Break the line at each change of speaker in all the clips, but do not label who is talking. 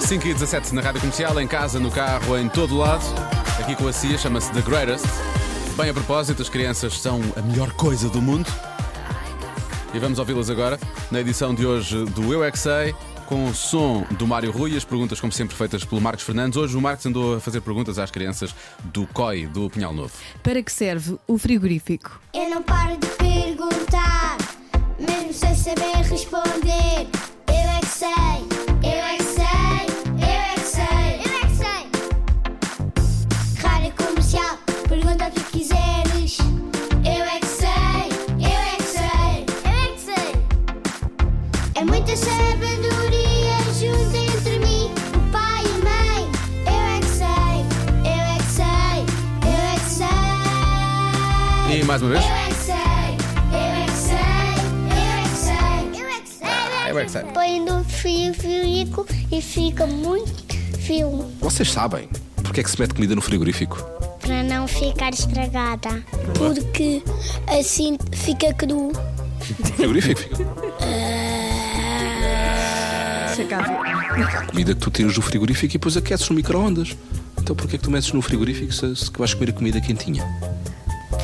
5 e 17 na Rádio Comercial, em casa, no carro, em todo lado. Aqui com a CIA chama-se The Greatest. Bem a propósito, as crianças são a melhor coisa do mundo. E vamos ouvi-las agora na edição de hoje do Eu é que Sei, com o som do Mário Rui e as perguntas, como sempre, feitas pelo Marcos Fernandes. Hoje o Marcos andou a fazer perguntas às crianças do COI, do Pinhal Novo.
Para que serve o frigorífico?
Eu não paro de perguntar, mesmo sem saber responder. Eu é que sei, eu é que sei, eu é que sei, eu é que sei. Rádio comercial, pergunta o que quiseres. Eu é que sei, eu é que sei, eu é que sei. É muita sabedoria junta entre mim, o pai e a mãe. Eu é que sei, eu é que sei, eu é que sei.
E mais uma vez.
é
Eu é que sei.
Põe no fio rico e fica muito fio
Vocês sabem porque é que se mete comida no frigorífico?
para não ficar estragada. Porque assim fica cru.
Frigorífico?
Chacava.
A comida que tu tiras do frigorífico e depois aqueces no micro-ondas. Então porquê é que tu metes no frigorífico se, se que vais comer a comida quentinha?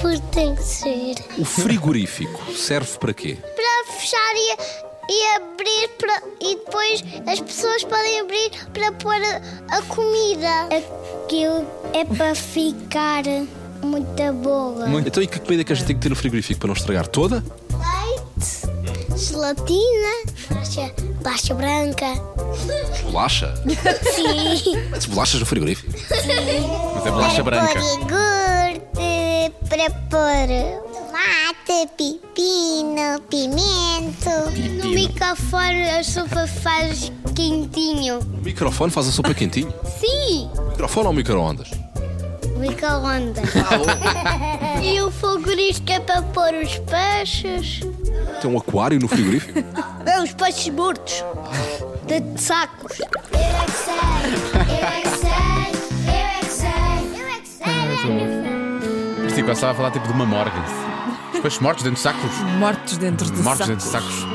Porque tem que ser.
O frigorífico serve para quê?
Para fechar e, e abrir para- e depois as pessoas podem abrir para pôr a, a comida. Aquilo é para ficar muita boa.
Então e que comida que a gente tem que ter no frigorífico para não estragar toda?
leite, gelatina, baixa, baixa branca.
Bolacha?
Sim.
Metes bolachas no frigorífico?
Mas é bolacha branca.
iogurte, para pôr tomate, pepino, pimento. No microfone a sopa faz quentinho.
O microfone faz a sopa quentinha?
Sim.
Microfone ou micro-ondas?
Micro-ondas. e o fogorisco é para pôr os peixes.
Tem um aquário no frigorífico?
É, os peixes mortos. De sacos. Eu é que sei, eu é que sei, eu é que sei, eu é que sei.
Isto quase estava a falar tipo de uma morgue. Os peixes mortos dentro de sacos.
Mortos dentro de
Mortos dentro
sacos.
de sacos.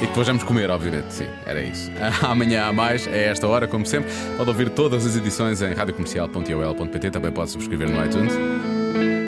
E depois vamos comer, obviamente, sim, era isso. Amanhã a mais, é esta hora, como sempre. Pode ouvir todas as edições em radiocomercial.ol.pt, também pode subscrever no iTunes.